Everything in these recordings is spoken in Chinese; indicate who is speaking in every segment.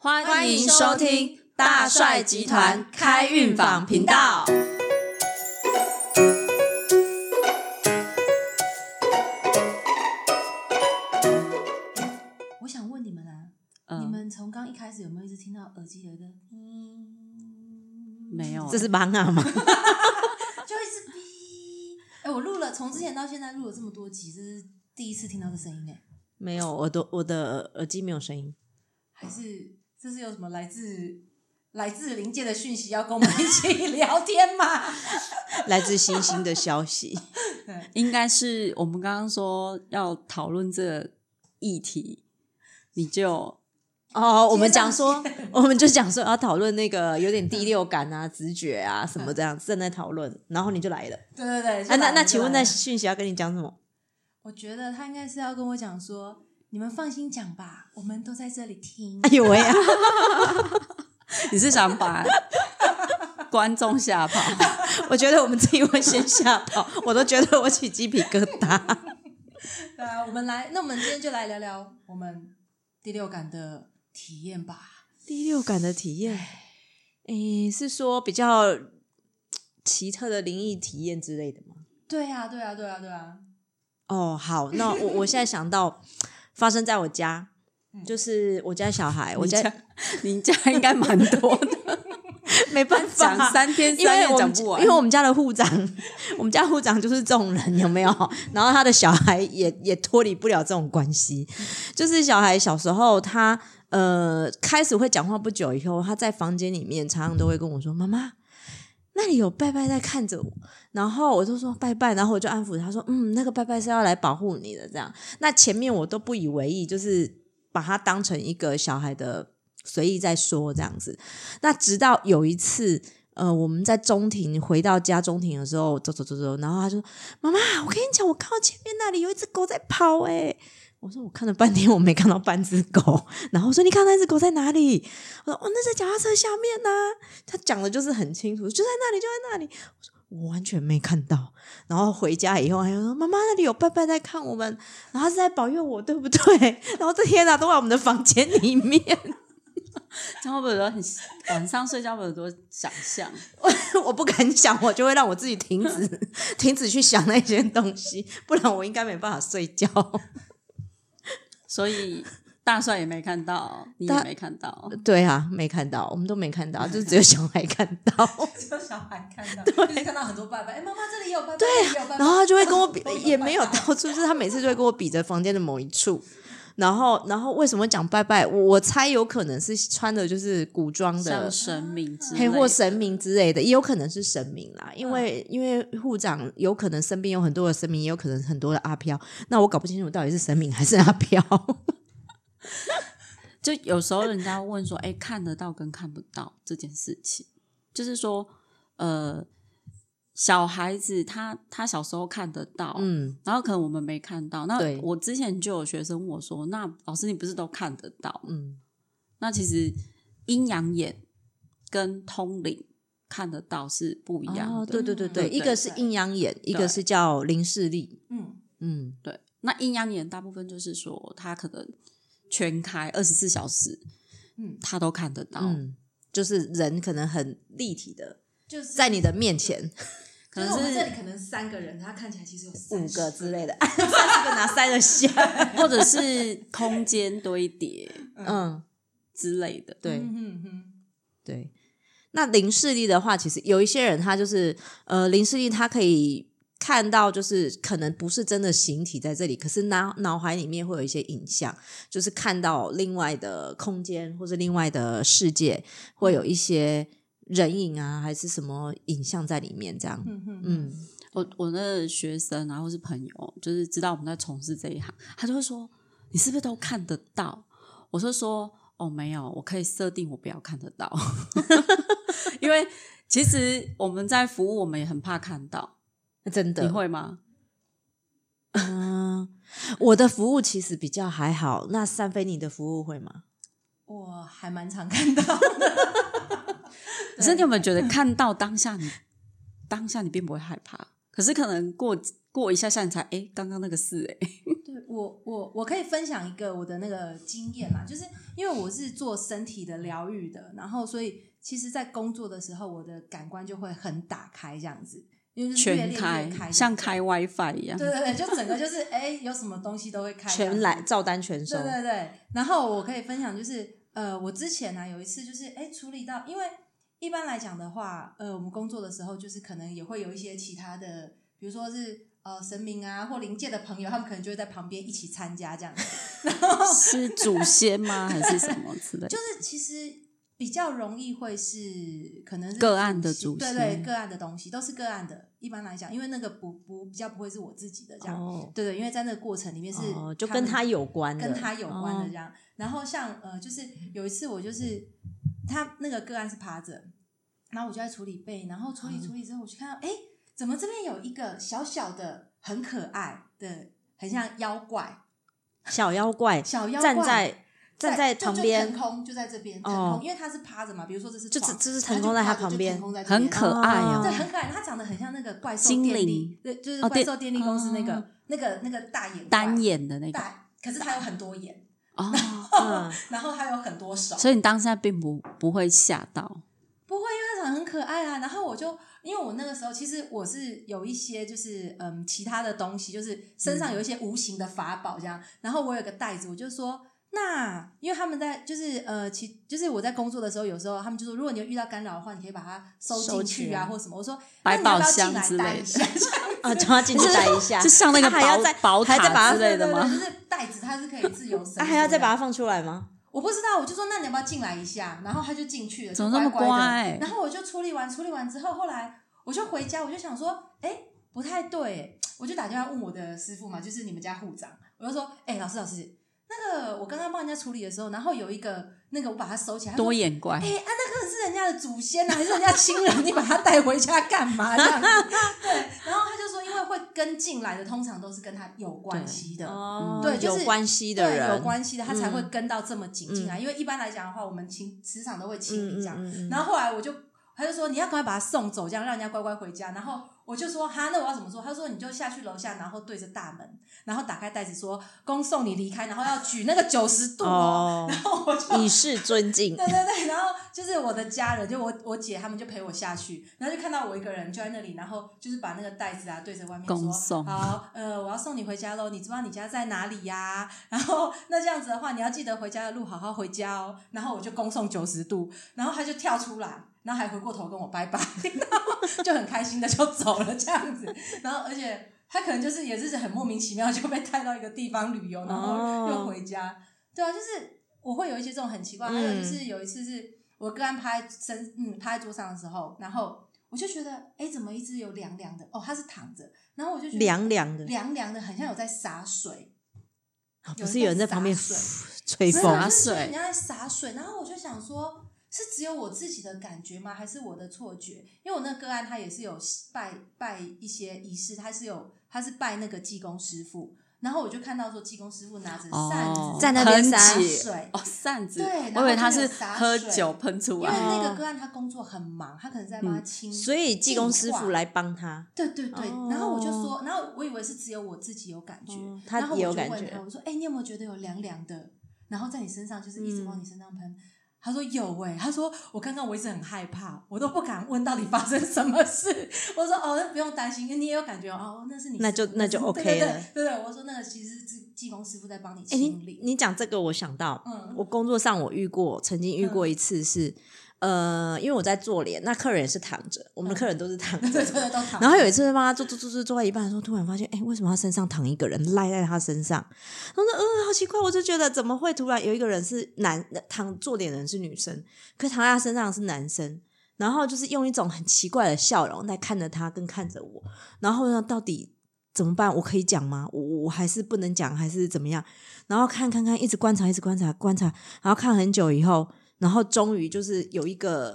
Speaker 1: 欢迎收听大帅集团开运坊频道。
Speaker 2: 我想问你们啊，你
Speaker 1: 嗯，
Speaker 2: 们从刚一开始有没有一直听到耳机有一个嗯，
Speaker 1: 没有，
Speaker 3: 这是邦啊吗？
Speaker 2: 就一直哔。哎，我录了，从之前到现在录了这么多集，这是第一次听到这声音哎，
Speaker 3: 没有，我的我的耳机没有声音。
Speaker 2: 还是这是有什么来自来自灵界的讯息要跟我们一起聊天吗？
Speaker 3: 来自星星的消息，
Speaker 1: 应该是我们刚刚说要讨论这个议题，你就
Speaker 3: 哦，我们讲 说，我们就讲说要讨论那个有点第六感啊、直觉啊什么这样，正在讨论，然后你就来了。
Speaker 2: 对 对对，
Speaker 3: 啊，那那请问那
Speaker 2: 那
Speaker 3: 讯息要跟你讲什么？
Speaker 2: 我觉得他应该是要跟我讲说，你们放心讲吧，我们都在这里听
Speaker 3: 哎。呦喂、啊！
Speaker 1: 你是想 把观众吓跑？
Speaker 3: 我觉得我们自己会先吓跑，我都觉得我起鸡皮疙瘩。
Speaker 2: 对啊，我们来，那我们今天就来聊聊我们第六感的体验吧。
Speaker 3: 第六感的体验，诶，是说比较嘖奇特的灵异体验之类的吗？
Speaker 2: 对啊，对啊，对啊，对啊。
Speaker 3: 哦，好，那我我现在想到发生在我 家，就是我家小孩，我嗯
Speaker 1: 你
Speaker 3: 家
Speaker 1: 家你家应该蛮多 的，
Speaker 3: 没办法
Speaker 1: 讲三天
Speaker 3: 因
Speaker 1: 三
Speaker 3: 为
Speaker 1: 夜
Speaker 3: 我
Speaker 1: 讲
Speaker 3: 们
Speaker 1: 不完
Speaker 3: 因为。我们家的护长， 我们家护长就是这种人，有没有？然后他的小孩也也脱离不了这种关系，就是小孩小时候他呃开始会讲话不久以后，他在房间里面常常都会跟我说：“妈妈，那里有拜拜在看着我。”然后我就说：“拜拜。”然后我就安抚他说：“嗯，那个拜拜是要来保护你的。”这样，那前面我都不以为意，就是把它当成一个小孩的随意在说这样子。那直到有一次，呃，我们在中庭回到家中庭的时候，走走走走，然后他就说：“妈妈，我跟你讲，我看到前面那里有一只狗在跑、欸。”我说：“我看了半天，我没看到半只狗。”然后我说：“你看那只狗在哪里？”我说：“哦，那在脚踏车下面呐、他讲的就是很清楚，就在那里，就在那里。我说：“我完全没看到。”然后回家以后，他就说：“妈妈，那里有拜拜在看我们，然后他是在保佑我，对不对？” 然后这天哪、都在我们的房间里面。
Speaker 1: 这样会不会有很晚上睡觉会有多想象？
Speaker 3: 我不敢想，我就会让我自己停止， 停止去想那些东西，不然我应该没办法睡觉。
Speaker 1: 所以大帅也没看到，你也
Speaker 3: 大
Speaker 1: 没看到，
Speaker 3: 对啊，没看到，我们都没看到，就只有小孩看到。
Speaker 2: 只有小孩看到，就是看到很多拜拜。哎，妈妈这里也有拜拜，对也有拜拜。
Speaker 3: 啊然后他就会跟我比
Speaker 2: 都，有
Speaker 3: 也没有
Speaker 2: 拜拜
Speaker 3: 到处，就是他每次就会跟我比着房间的某一处。然后，然后为什么讲拜拜？我我猜有可能是穿的就是古装的
Speaker 1: 像，神明之类
Speaker 3: 黑
Speaker 1: 的，
Speaker 3: 或神明之类的，也有可能是神明啦。因为、因为护长有可能身边有很多的神明，也有可能很多的阿飘。那我搞不清楚到底是神明还是阿飘。
Speaker 1: 就有时候人家问说，哎、看得到跟看不到这件事情，就是说，呃，小孩子他他小时候看得到，
Speaker 3: 嗯，
Speaker 1: 然后可能我们没看到。那
Speaker 3: 对
Speaker 1: 我之前就有学生问我说，那老师你不是都看得到？
Speaker 3: 嗯，
Speaker 1: 那其实阴阳眼跟通灵看得到是不一样的，
Speaker 3: 哦，对对对对，
Speaker 1: 对
Speaker 3: 一个是阴阳眼，一个是叫灵视力。
Speaker 2: 嗯，
Speaker 3: 嗯，
Speaker 1: 对，那阴阳眼大部分就是说，它可能全开二十四小时，
Speaker 2: 嗯
Speaker 1: 它都看得到。
Speaker 3: 嗯，就是人可能很立体的
Speaker 2: 就是
Speaker 3: 在你的面前，
Speaker 1: 可
Speaker 2: 就是我
Speaker 1: 能
Speaker 2: 们这里
Speaker 1: 是，
Speaker 2: 可能三个人，他看起来其实有三
Speaker 3: 五
Speaker 2: 十
Speaker 3: 个之类的， 三十个哪塞得下？
Speaker 1: 或者是空间堆叠
Speaker 3: 嗯，
Speaker 1: 之类的。
Speaker 3: 对
Speaker 2: 嗯哼哼，
Speaker 3: 对。那灵视力的话，其实有一些人他就是呃，灵视力他可以看到，就是可能不是真的形体在这里，可是脑脑海里面会有一些影像，就是看到另外的空间或者另外的世界，会有一些人影啊，还是什么影像在里面这样。
Speaker 2: 嗯哼，
Speaker 3: 嗯，
Speaker 1: 我我那个学生啊，或是朋友，就是知道我们在从事这一行，他就会说：“你是不是都看得到？”我就说：“哦，没有，我可以设定我不要看得 到，因为其实我们在服务，我们也很怕看到。
Speaker 3: 真的
Speaker 1: 你会吗？
Speaker 3: 嗯，我的服务其实比较还好。那三菲，你的服务会吗？
Speaker 2: 我还蛮常看到的。
Speaker 1: 可是你有没有觉得看到当下你，当下你并不会害怕？可是可能过过一下下你才哎，刚刚那个事哎，
Speaker 2: 对我我我我可以分享一个我的那个经验啦，就是因为我是做身体的疗愈的，然后所以其实，在工作的时候，我的感官就会很打开这样子，因为就是越
Speaker 1: 全
Speaker 2: 练越
Speaker 1: 开，
Speaker 2: 开
Speaker 1: 像开 WiFi 一样
Speaker 2: 对。对对，就整个就是哎、有什么东西都会开这样
Speaker 3: 全
Speaker 2: 子
Speaker 3: 来照单全收
Speaker 2: 对，对对，然后我可以分享就是，呃，我之前呢、有一次就是，哎，处理到，因为一般来讲的话，呃，我们工作的时候就是可能也会有一些其他的，比如说是呃神明啊或灵界的朋友，他们可能就会在旁边一起参加这样子，
Speaker 1: 是祖先 吗？还是什么之类的？
Speaker 2: 就是其实。比较容易会是可能是
Speaker 1: 个案的
Speaker 2: 主
Speaker 1: 主
Speaker 2: 对
Speaker 1: 线
Speaker 2: 对个案的东西都是个案的。一般来讲，因为那个不不比较不会是我自己的这样，
Speaker 3: 哦，
Speaker 2: 对对，因为在那个过程里面是
Speaker 3: 哦，就跟
Speaker 2: 们
Speaker 3: 他有关的，
Speaker 2: 跟他有关的
Speaker 3: 哦
Speaker 2: 这样。然后像呃，就是有一次我就是他那个个案是趴着，然后我就在处理背，然后
Speaker 3: 嗯
Speaker 2: 处理处理之后，我就看到哎、诶怎么这边有一个小小的很可爱的，很像妖怪
Speaker 3: 小妖怪
Speaker 2: 小妖怪
Speaker 3: 站在站在
Speaker 2: 就
Speaker 3: 旁
Speaker 2: 就
Speaker 3: 边
Speaker 2: 腾空就在这边腾空，
Speaker 3: 哦
Speaker 2: 因为他是趴着嘛，比如说这是
Speaker 3: 就只
Speaker 2: 床
Speaker 3: 只是
Speaker 2: 它
Speaker 3: 腾空在
Speaker 2: 趴
Speaker 3: 他
Speaker 2: 着
Speaker 3: 旁
Speaker 2: 就
Speaker 3: 边
Speaker 2: 腾空在这
Speaker 1: 很
Speaker 2: 边
Speaker 1: 可爱啊
Speaker 2: 对，
Speaker 3: 哦
Speaker 2: 很可爱，它长得很像那个怪兽
Speaker 1: 精
Speaker 2: 电
Speaker 1: 灵
Speaker 2: 力，对，就是
Speaker 1: 哦
Speaker 2: 怪
Speaker 1: 电
Speaker 2: 兽电力公司那
Speaker 3: 嗯
Speaker 2: 个、
Speaker 1: 哦
Speaker 2: 那个那个大眼怪
Speaker 1: 单眼的那个
Speaker 2: 大，可是它有很多眼，
Speaker 1: 哦，
Speaker 3: 嗯，
Speaker 2: 然后它有很多手，
Speaker 1: 所以你当下并不不会吓到，
Speaker 2: 不会，因为他长得很可爱啊。然后我就，因为我那个时候其实我是有一些就是嗯其他的东西，就是身
Speaker 1: 嗯
Speaker 2: 上有一些无形的法宝这样。然后我有个袋子，我就说，那因为他们在就是呃其就是我在工作的时候，有时候他们就说，如果你有遇到干扰的话，你可以把它收进
Speaker 3: 收起
Speaker 2: 去啊，
Speaker 3: 来
Speaker 2: 或什么。我说，那
Speaker 1: 百
Speaker 2: 你要不
Speaker 1: 宝
Speaker 2: 要进
Speaker 1: 箱
Speaker 2: 来
Speaker 1: 之
Speaker 2: 待
Speaker 1: 类
Speaker 2: 一
Speaker 1: 的
Speaker 2: 下？这样
Speaker 3: 啊， 叫他进去待一下，
Speaker 1: 就像那个
Speaker 3: 他还要
Speaker 1: 宝
Speaker 3: 再
Speaker 1: 宝
Speaker 3: 还在把
Speaker 1: 塔
Speaker 3: 它
Speaker 1: 啊之类的
Speaker 2: 对对对
Speaker 1: 吗？
Speaker 2: 就是袋子它是可以自由伸缩的。
Speaker 3: 啊，还要再把它放出来吗？
Speaker 2: 我不知道，我就说那你要不要进来一下？然后他就进去了，
Speaker 1: 怎
Speaker 2: 就
Speaker 1: 么那么
Speaker 2: 乖的
Speaker 1: 乖
Speaker 2: 然后我就处理完，处理完之后，后来我就回家，我就想说，哎，不太对，我就打电话问我的师傅嘛，就是你们家护长，我就说，哎，老师老师，那个我刚刚帮人家处理的时候，然后有一个那个我把它收起来，他说
Speaker 1: 多眼怪
Speaker 2: 哎、，啊，那个是人家的祖先啊，还是人家亲人？你把他带回家干嘛？这样子， 对。然后他就说，因为会跟进来的，通常都是跟他有关系的。
Speaker 3: 哦
Speaker 2: 对就是
Speaker 3: 有关系的
Speaker 2: 对
Speaker 3: 人，嗯
Speaker 2: 有关系的，他才会跟到这么紧进来。因为一般来讲的话，我们请磁场都会清理这样。
Speaker 3: 嗯嗯嗯
Speaker 2: 然后后来我就，他就说你要赶快把他送走，这样让人家乖乖回家。然后我就说哈，那我要怎么做？他说你就下去楼下，然后对着大门，然后打开袋子说恭送你离开，然后要举那个九十度哦。
Speaker 3: 哦，
Speaker 2: 然后我就
Speaker 3: 以示尊 敬
Speaker 2: 对对对，然后就是我的家人，就我我姐他们就陪我下去，然后就看到我一个人就在那里，然后就是把那个袋子啊对着外面
Speaker 1: 恭
Speaker 2: 说，
Speaker 1: 送
Speaker 2: 好，呃，我要送你回家喽，你知不知道你家在哪里呀、 然后那这样子的话，你要记得回家的路好好回家哦。然后我就恭送九十度，然后他就跳出来，然后还回过头跟我拜 拜，然后就很开心的就走了这样子，然后而且。他可能就是也是很莫名其妙就被带到一个地方旅游，然后又
Speaker 3: 哦
Speaker 2: 回家。对啊，就是我会有一些这种很奇怪。还有
Speaker 1: 嗯
Speaker 2: 就是有一次是我个案趴在身，嗯，趴在桌上的时候，然后我就觉得，哎，怎么一直有凉凉的？哦，它是躺着，然后我就觉得
Speaker 3: 凉凉的，
Speaker 2: 凉凉的，很像有在洒水，
Speaker 3: 啊不是有人在旁边
Speaker 2: 洒水
Speaker 3: 吹
Speaker 2: 没
Speaker 3: 风
Speaker 2: 有，啊
Speaker 1: 洒
Speaker 2: 就是觉得
Speaker 1: 水
Speaker 2: 人家在洒水。然后我就想说，是只有我自己的感觉吗？还是我的错觉？因为我那个个案他也是有拜拜一些仪式，他是有他是拜那个济公师傅。然后我就看到说，济公师傅拿着扇子、
Speaker 1: 哦，
Speaker 3: 在那边
Speaker 1: 喷
Speaker 3: 洒
Speaker 1: 酒
Speaker 2: 水，
Speaker 1: 哦，扇子，
Speaker 2: 对然后
Speaker 1: 我以为他
Speaker 2: 就是有洒
Speaker 1: 喝
Speaker 2: 水
Speaker 1: 酒喷出
Speaker 2: 因为
Speaker 1: 来，
Speaker 2: 那个个案他工作很忙，他可能在帮他清，
Speaker 3: 嗯所以济公师傅来帮他，
Speaker 2: 对对对。
Speaker 3: 哦
Speaker 2: 然后我就说，然后我以为是只有我自己有感觉，
Speaker 3: 哦
Speaker 2: 然后
Speaker 3: 他
Speaker 2: 我
Speaker 3: 也有
Speaker 2: 就
Speaker 3: 感
Speaker 2: 问
Speaker 3: 觉
Speaker 2: 他，我说：“哎、你有没有觉得有凉凉的？然后在你身上就是一直
Speaker 3: 嗯
Speaker 2: 往你身上喷。他说：“有哎、他说：“我刚刚我一直很害怕，我都不敢问到底发生什么事。” 我说：“哦，那不用担心，因为你也有感觉哦，那是你
Speaker 3: 那就
Speaker 2: 师傅
Speaker 3: 那就 OK
Speaker 2: 对对对
Speaker 3: 了
Speaker 2: 对对，我说那个其实是济济公师傅在帮你
Speaker 3: 哎、
Speaker 2: 清
Speaker 3: 你
Speaker 2: 理。
Speaker 3: 你讲这个，我想到，
Speaker 2: 嗯
Speaker 3: 我工作上我遇过，曾经遇过一次是，呃，因为我在做脸，那客人也是躺着，我们的客人都是躺着
Speaker 2: 对
Speaker 3: 的
Speaker 2: 对对，都躺。
Speaker 3: 然后有一次帮他做做做做做到一半的时候，突然发现，哎、为什么他身上躺一个人赖在他身上？然后说，嗯，好奇怪，我就觉得怎么会突然有一个人是男躺坐脸的人是女生，可是躺在他身上的是男生。然后就是用一种很奇怪的笑容在看着他，跟看着我。然后呢，到底怎么办？我可以讲吗？我我我还是不能讲，还是怎么样？然后看看看，一直观察，一直观察，观察，然后看很久以后，然后终于就是有一个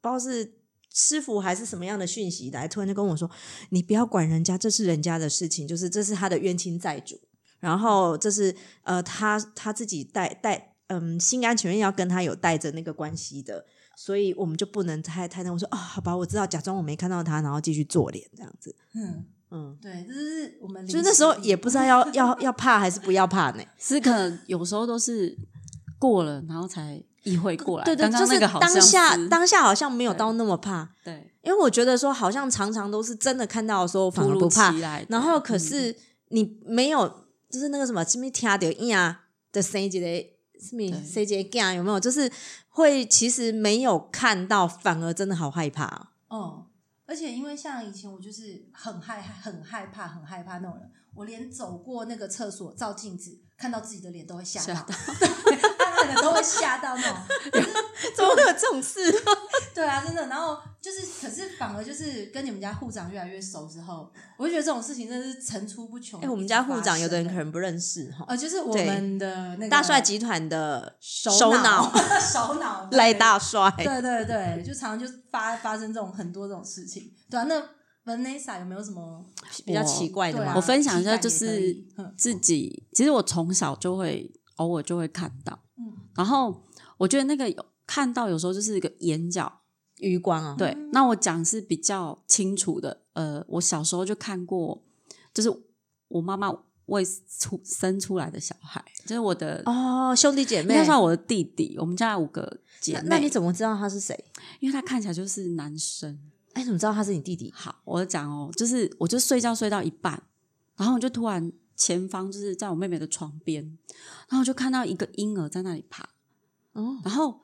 Speaker 3: 不知道是师傅还是什么样的讯息来，突然就跟我说：“你不要管人家，这是人家的事情，就是这是他的冤亲债主，然后这是呃他他自己带带嗯心甘情愿要跟他有带着那个关系的。”所以我们就不能太太那我说哦，好吧，我知道，假装我没看到他，然后继续做脸这样子。
Speaker 2: 嗯，
Speaker 3: 嗯，
Speaker 2: 对，这是我们
Speaker 3: 就是那时候也不知道要要要怕还是不要怕呢。
Speaker 1: 是可能有时候都是过了，然后才意会过来。
Speaker 3: 对对，
Speaker 1: 刚刚
Speaker 3: 就
Speaker 1: 那
Speaker 3: 是
Speaker 1: 个好像
Speaker 3: 当下
Speaker 1: 是
Speaker 3: 当下好像没有到那么怕，
Speaker 1: 对，
Speaker 3: 因为我觉得说好像常常都是真的看到的时候反而不怕
Speaker 1: 突如其，来的
Speaker 3: 然后可
Speaker 1: 嗯
Speaker 3: 是你没有，就是那个什么，什么听到呀的生一个什么
Speaker 1: 对
Speaker 3: 生一个囝有没有？就是会其实没有看到，反而真的好害怕
Speaker 2: 嗯，
Speaker 3: 哦、
Speaker 2: 而且因为像以前我就是很害很害怕、很害怕那种人，我连走过那个厕所照镜子看到自己的脸都会吓
Speaker 1: 吓
Speaker 2: 到，对暗暗的都会吓到那种。
Speaker 3: 怎么会有这种事？
Speaker 2: 对啊，真的。然后就是，可是反而就是跟你们家护长越来越熟之后，我就觉得这种事情真的是层出不穷。
Speaker 3: 哎、我们家护长有的人可
Speaker 2: 能
Speaker 3: 能不认识哈、
Speaker 2: 呃，就是我们的那个
Speaker 3: 大帅集团的
Speaker 2: 首
Speaker 3: 脑
Speaker 2: 首 脑
Speaker 3: 赖哎大帅，
Speaker 2: 对对对，就常常就发发生这种很多这种事情，对啊。那 Vanessa 有没有什么
Speaker 3: 比较奇怪的
Speaker 2: 对
Speaker 3: 嘛。
Speaker 2: 啊
Speaker 1: 我分享一
Speaker 2: 体感
Speaker 1: 下，
Speaker 2: 也
Speaker 1: 就
Speaker 2: 可
Speaker 1: 是
Speaker 2: 以嗯
Speaker 1: 自己，其实我从小就会偶尔就会看到，
Speaker 2: 嗯
Speaker 1: 然后我觉得那个有看到有时候就是一个眼角，
Speaker 3: 余光啊，
Speaker 1: 对，那我讲是比较清楚的，呃，我小时候就看过，就是我妈妈喂出生出来的小孩，就是我的。
Speaker 3: 哦，兄弟姐
Speaker 1: 应
Speaker 3: 妹
Speaker 1: 该，算我的弟弟，我们家有五个姐
Speaker 3: 那
Speaker 1: 妹。
Speaker 3: 那你怎么知道他是谁？
Speaker 1: 因为他看起来就是男生。
Speaker 3: 哎、怎么知道他是你弟弟？
Speaker 1: 好，我讲哦，就是我就睡觉睡到一半，然后我就突然前方就是在我妹妹的床边，然后我就看到一个婴儿在那里爬，
Speaker 3: 哦，
Speaker 1: 然后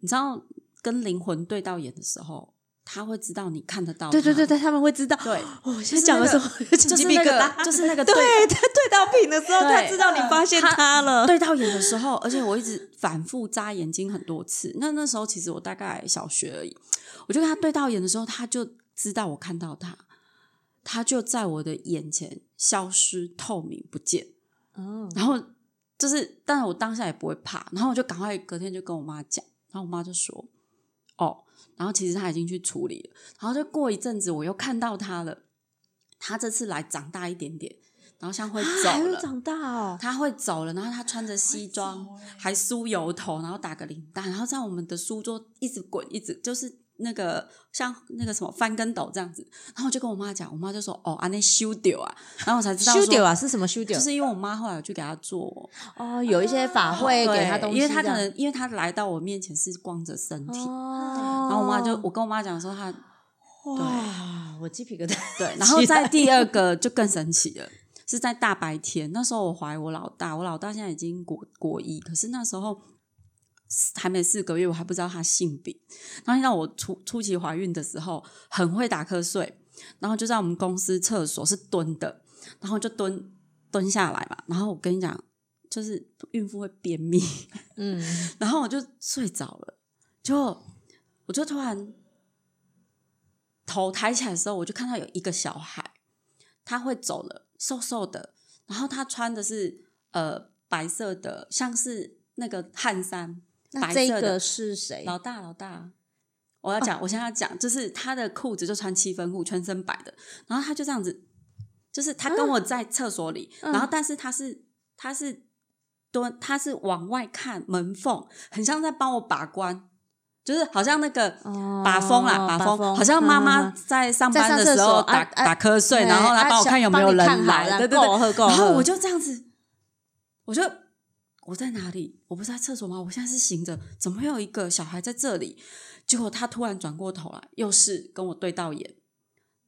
Speaker 1: 你知道跟灵魂对到眼的时候，他会知道你看得到，
Speaker 3: 对对对，对，他们会知道。哦
Speaker 1: 对，
Speaker 3: 我现在讲的时候
Speaker 1: 就
Speaker 3: 鸡
Speaker 1: 是
Speaker 3: 皮
Speaker 1: 那
Speaker 3: 疙
Speaker 1: 个
Speaker 3: 瘩，
Speaker 1: 就是那个
Speaker 3: 对他对到屏的时候，
Speaker 1: 对
Speaker 3: 他知道你发现他了。
Speaker 1: 对到眼的时候，而且我一直反复眨眼睛很多次。那那时候其实我大概小学而已，我就跟他对到眼的时候，他就知道我看到他，他就在我的眼前消失、透明、不见。
Speaker 3: 嗯，
Speaker 1: 然后就是，但是我当下也不会怕，然后我就赶快隔天就跟我妈讲，然后我妈就说：“哦，然后其实他已经去处理了。”然后就过一阵子，我又看到他了，他这次来长大一点点，然后像会走
Speaker 3: 啊还会
Speaker 1: 了。
Speaker 3: 长大哦。
Speaker 1: 他会走了，然后他穿着西装
Speaker 2: 会走欸，
Speaker 1: 还梳油头，然后打个领带，然后在我们的书桌一直滚，一直就是那个像那个什么翻跟斗这样子。然后我就跟我妈讲，我妈就说：“哦，啊那修丢啊。”然后我才知道
Speaker 3: 修丢
Speaker 1: 啊，
Speaker 3: 啊，是什么修丢
Speaker 1: 就？是因为我妈后来有去给他做，
Speaker 3: 哦，有一些法会
Speaker 1: 对
Speaker 3: 哎给他东西这
Speaker 1: 因
Speaker 3: 样，
Speaker 1: 为他可能因为他来到我面前是光着身体，
Speaker 3: 哦，
Speaker 1: 然后我妈就我跟我妈讲说他
Speaker 3: 哇，我鸡皮疙瘩。
Speaker 1: 对，然后在第二个就更神奇了，是在大白天。那时候我怀我老大，我老大现在已经国国一，可是那时候还没四个月，我还不知道他性病。然后到我初初期怀孕的时候，很会打瞌睡，然后就在我们公司厕所是蹲的，然后就蹲蹲下来嘛。然后我跟你讲，就是孕妇会便秘。
Speaker 3: 嗯，
Speaker 1: 然后我就睡着了，就我就突然头抬起来的时候，我就看到有一个小孩，他会走了，瘦瘦的，然后他穿的是呃白色的，像是那个汗衫，
Speaker 3: 那
Speaker 1: 白
Speaker 3: 这
Speaker 1: 色
Speaker 3: 个
Speaker 1: 的。
Speaker 3: 是谁？
Speaker 1: 老大，老大，我要
Speaker 3: 哦
Speaker 1: 讲，我现在要讲，就是他的裤子就穿七分裤，全身白的，然后他就这样子，就是他跟我在厕所里，
Speaker 3: 啊嗯
Speaker 1: 然后但是他是他是蹲，他是往外看门缝，很像在帮我把关。就是好像那个
Speaker 3: 哦
Speaker 1: 把风啦，
Speaker 3: 把
Speaker 1: 把
Speaker 3: 风
Speaker 1: 好像妈
Speaker 3: 嗯
Speaker 1: 妈
Speaker 3: 嗯
Speaker 1: 在上
Speaker 3: 在
Speaker 1: 班
Speaker 3: 上
Speaker 1: 的
Speaker 3: 厕
Speaker 1: 时
Speaker 3: 所
Speaker 1: 候打
Speaker 3: 啊啊
Speaker 1: 打瞌睡，
Speaker 3: 对
Speaker 1: 然后来
Speaker 3: 啊
Speaker 1: 帮我
Speaker 3: 想
Speaker 1: 看有没有
Speaker 3: 帮你看
Speaker 1: 人
Speaker 3: 好
Speaker 1: 来，
Speaker 3: 了哦
Speaker 1: 对对
Speaker 3: 够喝
Speaker 1: 对，
Speaker 3: 够
Speaker 1: 然后
Speaker 3: 喝
Speaker 1: 我就这样子，我就我在哪里？我不是在厕所吗？我现在是醒着，怎么会有一个小孩在这里？结果他突然转过头来，又是跟我对到眼，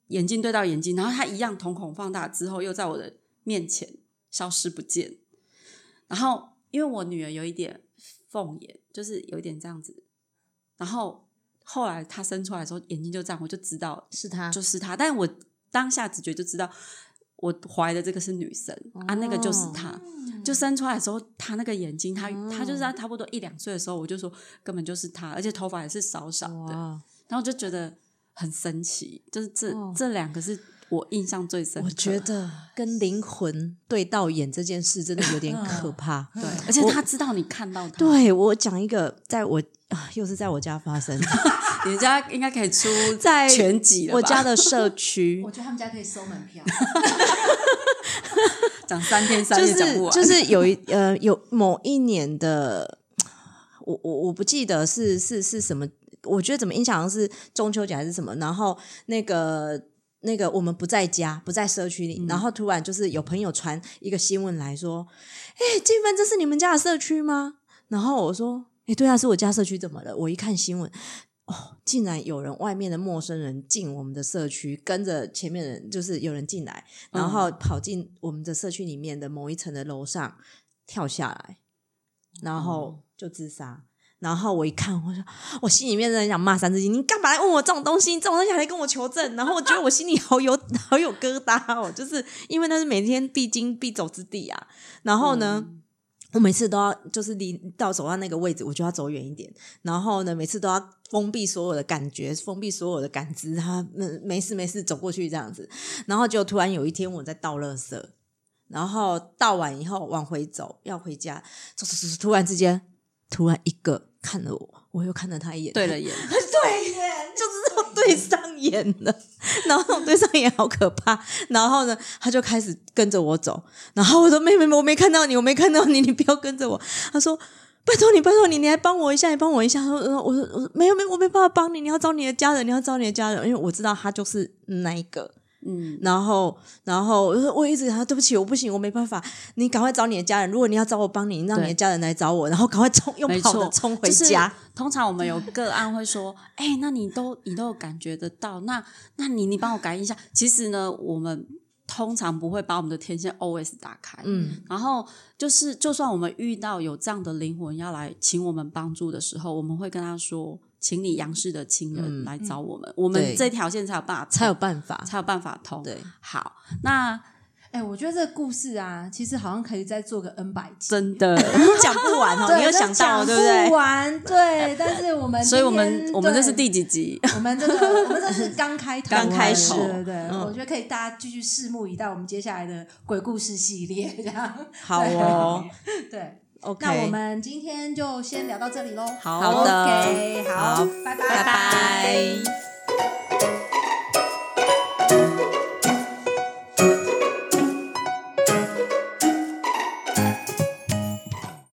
Speaker 1: 眼睛对到眼睛，然后他一样瞳孔放大之后，又在我的面前消失不见。然后因为我女儿有一点凤眼，就是有一点这样子，然后后来她生出来的时候眼睛就这样，我就知道
Speaker 3: 是他，
Speaker 1: 就是她，但我当下直觉就知道我怀的这个是女生、啊，那个就是
Speaker 3: 哦
Speaker 1: 她。就生出来的时候，她那个眼睛，她
Speaker 3: 嗯
Speaker 1: 她就是在差不多一两岁的时候，我就说根本就是她，而且头发也是少少的，
Speaker 3: 哇，
Speaker 1: 然后就觉得很神奇，就是这、
Speaker 3: 哦
Speaker 1: 这两个是我印象最深刻。
Speaker 3: 我觉得跟灵魂对到眼这件事真的有点可怕。
Speaker 1: 对，而且他知道你看到他，，
Speaker 3: 对我讲一个，在我啊又是在我家发生的，
Speaker 1: 你家应该可以出
Speaker 3: 在
Speaker 1: 全集了吧，
Speaker 3: 我家的社区
Speaker 2: 我，觉得他们家可以收门票，
Speaker 1: 讲三天三
Speaker 3: 就
Speaker 1: 夜讲
Speaker 3: 是
Speaker 1: 不完，
Speaker 3: 就是有一呃有某一年的，我我我不记得是是是什么，我觉得怎么印象好像是中秋节还是什么，然后那个那个我们不在家，不在社区
Speaker 1: 嗯
Speaker 3: 里，然后突然就是有朋友传一个新闻来说，哎、静芬，这是你们家的社区吗？然后我说，哎、对啊，是我家社区，怎么了？我一看新闻。哦，竟然有人外面的陌生人进我们的社区，跟着前面的人，就是有人进来，然后跑进我们的社区里面的某一层的楼上跳下来，然后就自杀。然后我一看，我说，我心里面真的很想骂三字经，你干嘛来问我这种东西？你这种东西还来跟我求证？然后我觉得我心里好有 好有疙瘩哦，就是因为那是每天必经必走之地啊。然后呢，我每次都要就是离到走到那个位置，我就要走远一点。然后呢，每次都要封闭所有的感觉，封闭所有的感知，他嗯没事没事走过去这样子。然后就突然有一天我在倒垃圾，然后倒完以后往回走，要回家，走走走走，突然之间，突然一个看了我，我又看了他一眼，
Speaker 1: 对了眼，
Speaker 3: 对耶，就知道 对上眼了。然后对上眼好可怕。然后呢，他就开始跟着我走。然后我说：“妹妹，我没看到你，我没看到你，你不要跟着我。”他说：“拜托你，拜托你，你来帮我一下，你帮我一下。”我说：“我说我说没有没有，我没办法帮你，你要找你的家人，你要找你的家人，因为我知道他就是那一个。”
Speaker 1: 嗯，
Speaker 3: 然后，然后我说我一直跟他对不起，我不行，我没办法。你赶快找你的家人，如果你要找我帮你，你让你的
Speaker 1: 对
Speaker 3: 家人来找我，然后赶快冲，用
Speaker 1: 没
Speaker 3: 跑的
Speaker 1: 错，
Speaker 3: 冲回
Speaker 1: 就是
Speaker 3: 家。
Speaker 1: 通常我们有个案会说，哎、那你都你都有感觉得到，那那你你帮我感应一下。其实呢，我们通常不会把我们的天线 always 打开，
Speaker 3: 嗯
Speaker 1: 然后就是，就算我们遇到有这样的灵魂要来请我们帮助的时候，我们会跟他说，请你杨氏的亲人
Speaker 2: 嗯
Speaker 1: 来找我们，我
Speaker 3: 嗯对
Speaker 1: 们这条线才有办法通，
Speaker 3: 才有办法。
Speaker 1: 才有办法通。
Speaker 3: 对，
Speaker 1: 好，那
Speaker 2: 哎、我觉得这个故事啊，其实好像可以再做个 N 百集。
Speaker 1: 真的，
Speaker 3: 讲不完哦，
Speaker 2: 对
Speaker 3: 你有想到对不对
Speaker 2: 不？完，对，但是我们今天，
Speaker 1: 所以我们我们这是
Speaker 2: 对
Speaker 1: 第几集？
Speaker 2: 我们这个，我们这是刚开头，
Speaker 3: 刚开
Speaker 1: 始
Speaker 2: 对对对，我
Speaker 3: 嗯
Speaker 2: 觉得可以大家继续拭目以待我们接下来的鬼故事系列，这样
Speaker 3: 好哦
Speaker 2: 对。
Speaker 3: ，OK，
Speaker 2: 那我们今天就先聊到这里喽。
Speaker 3: 好的
Speaker 2: o k 好，
Speaker 3: 好
Speaker 2: 拜拜
Speaker 3: 拜拜。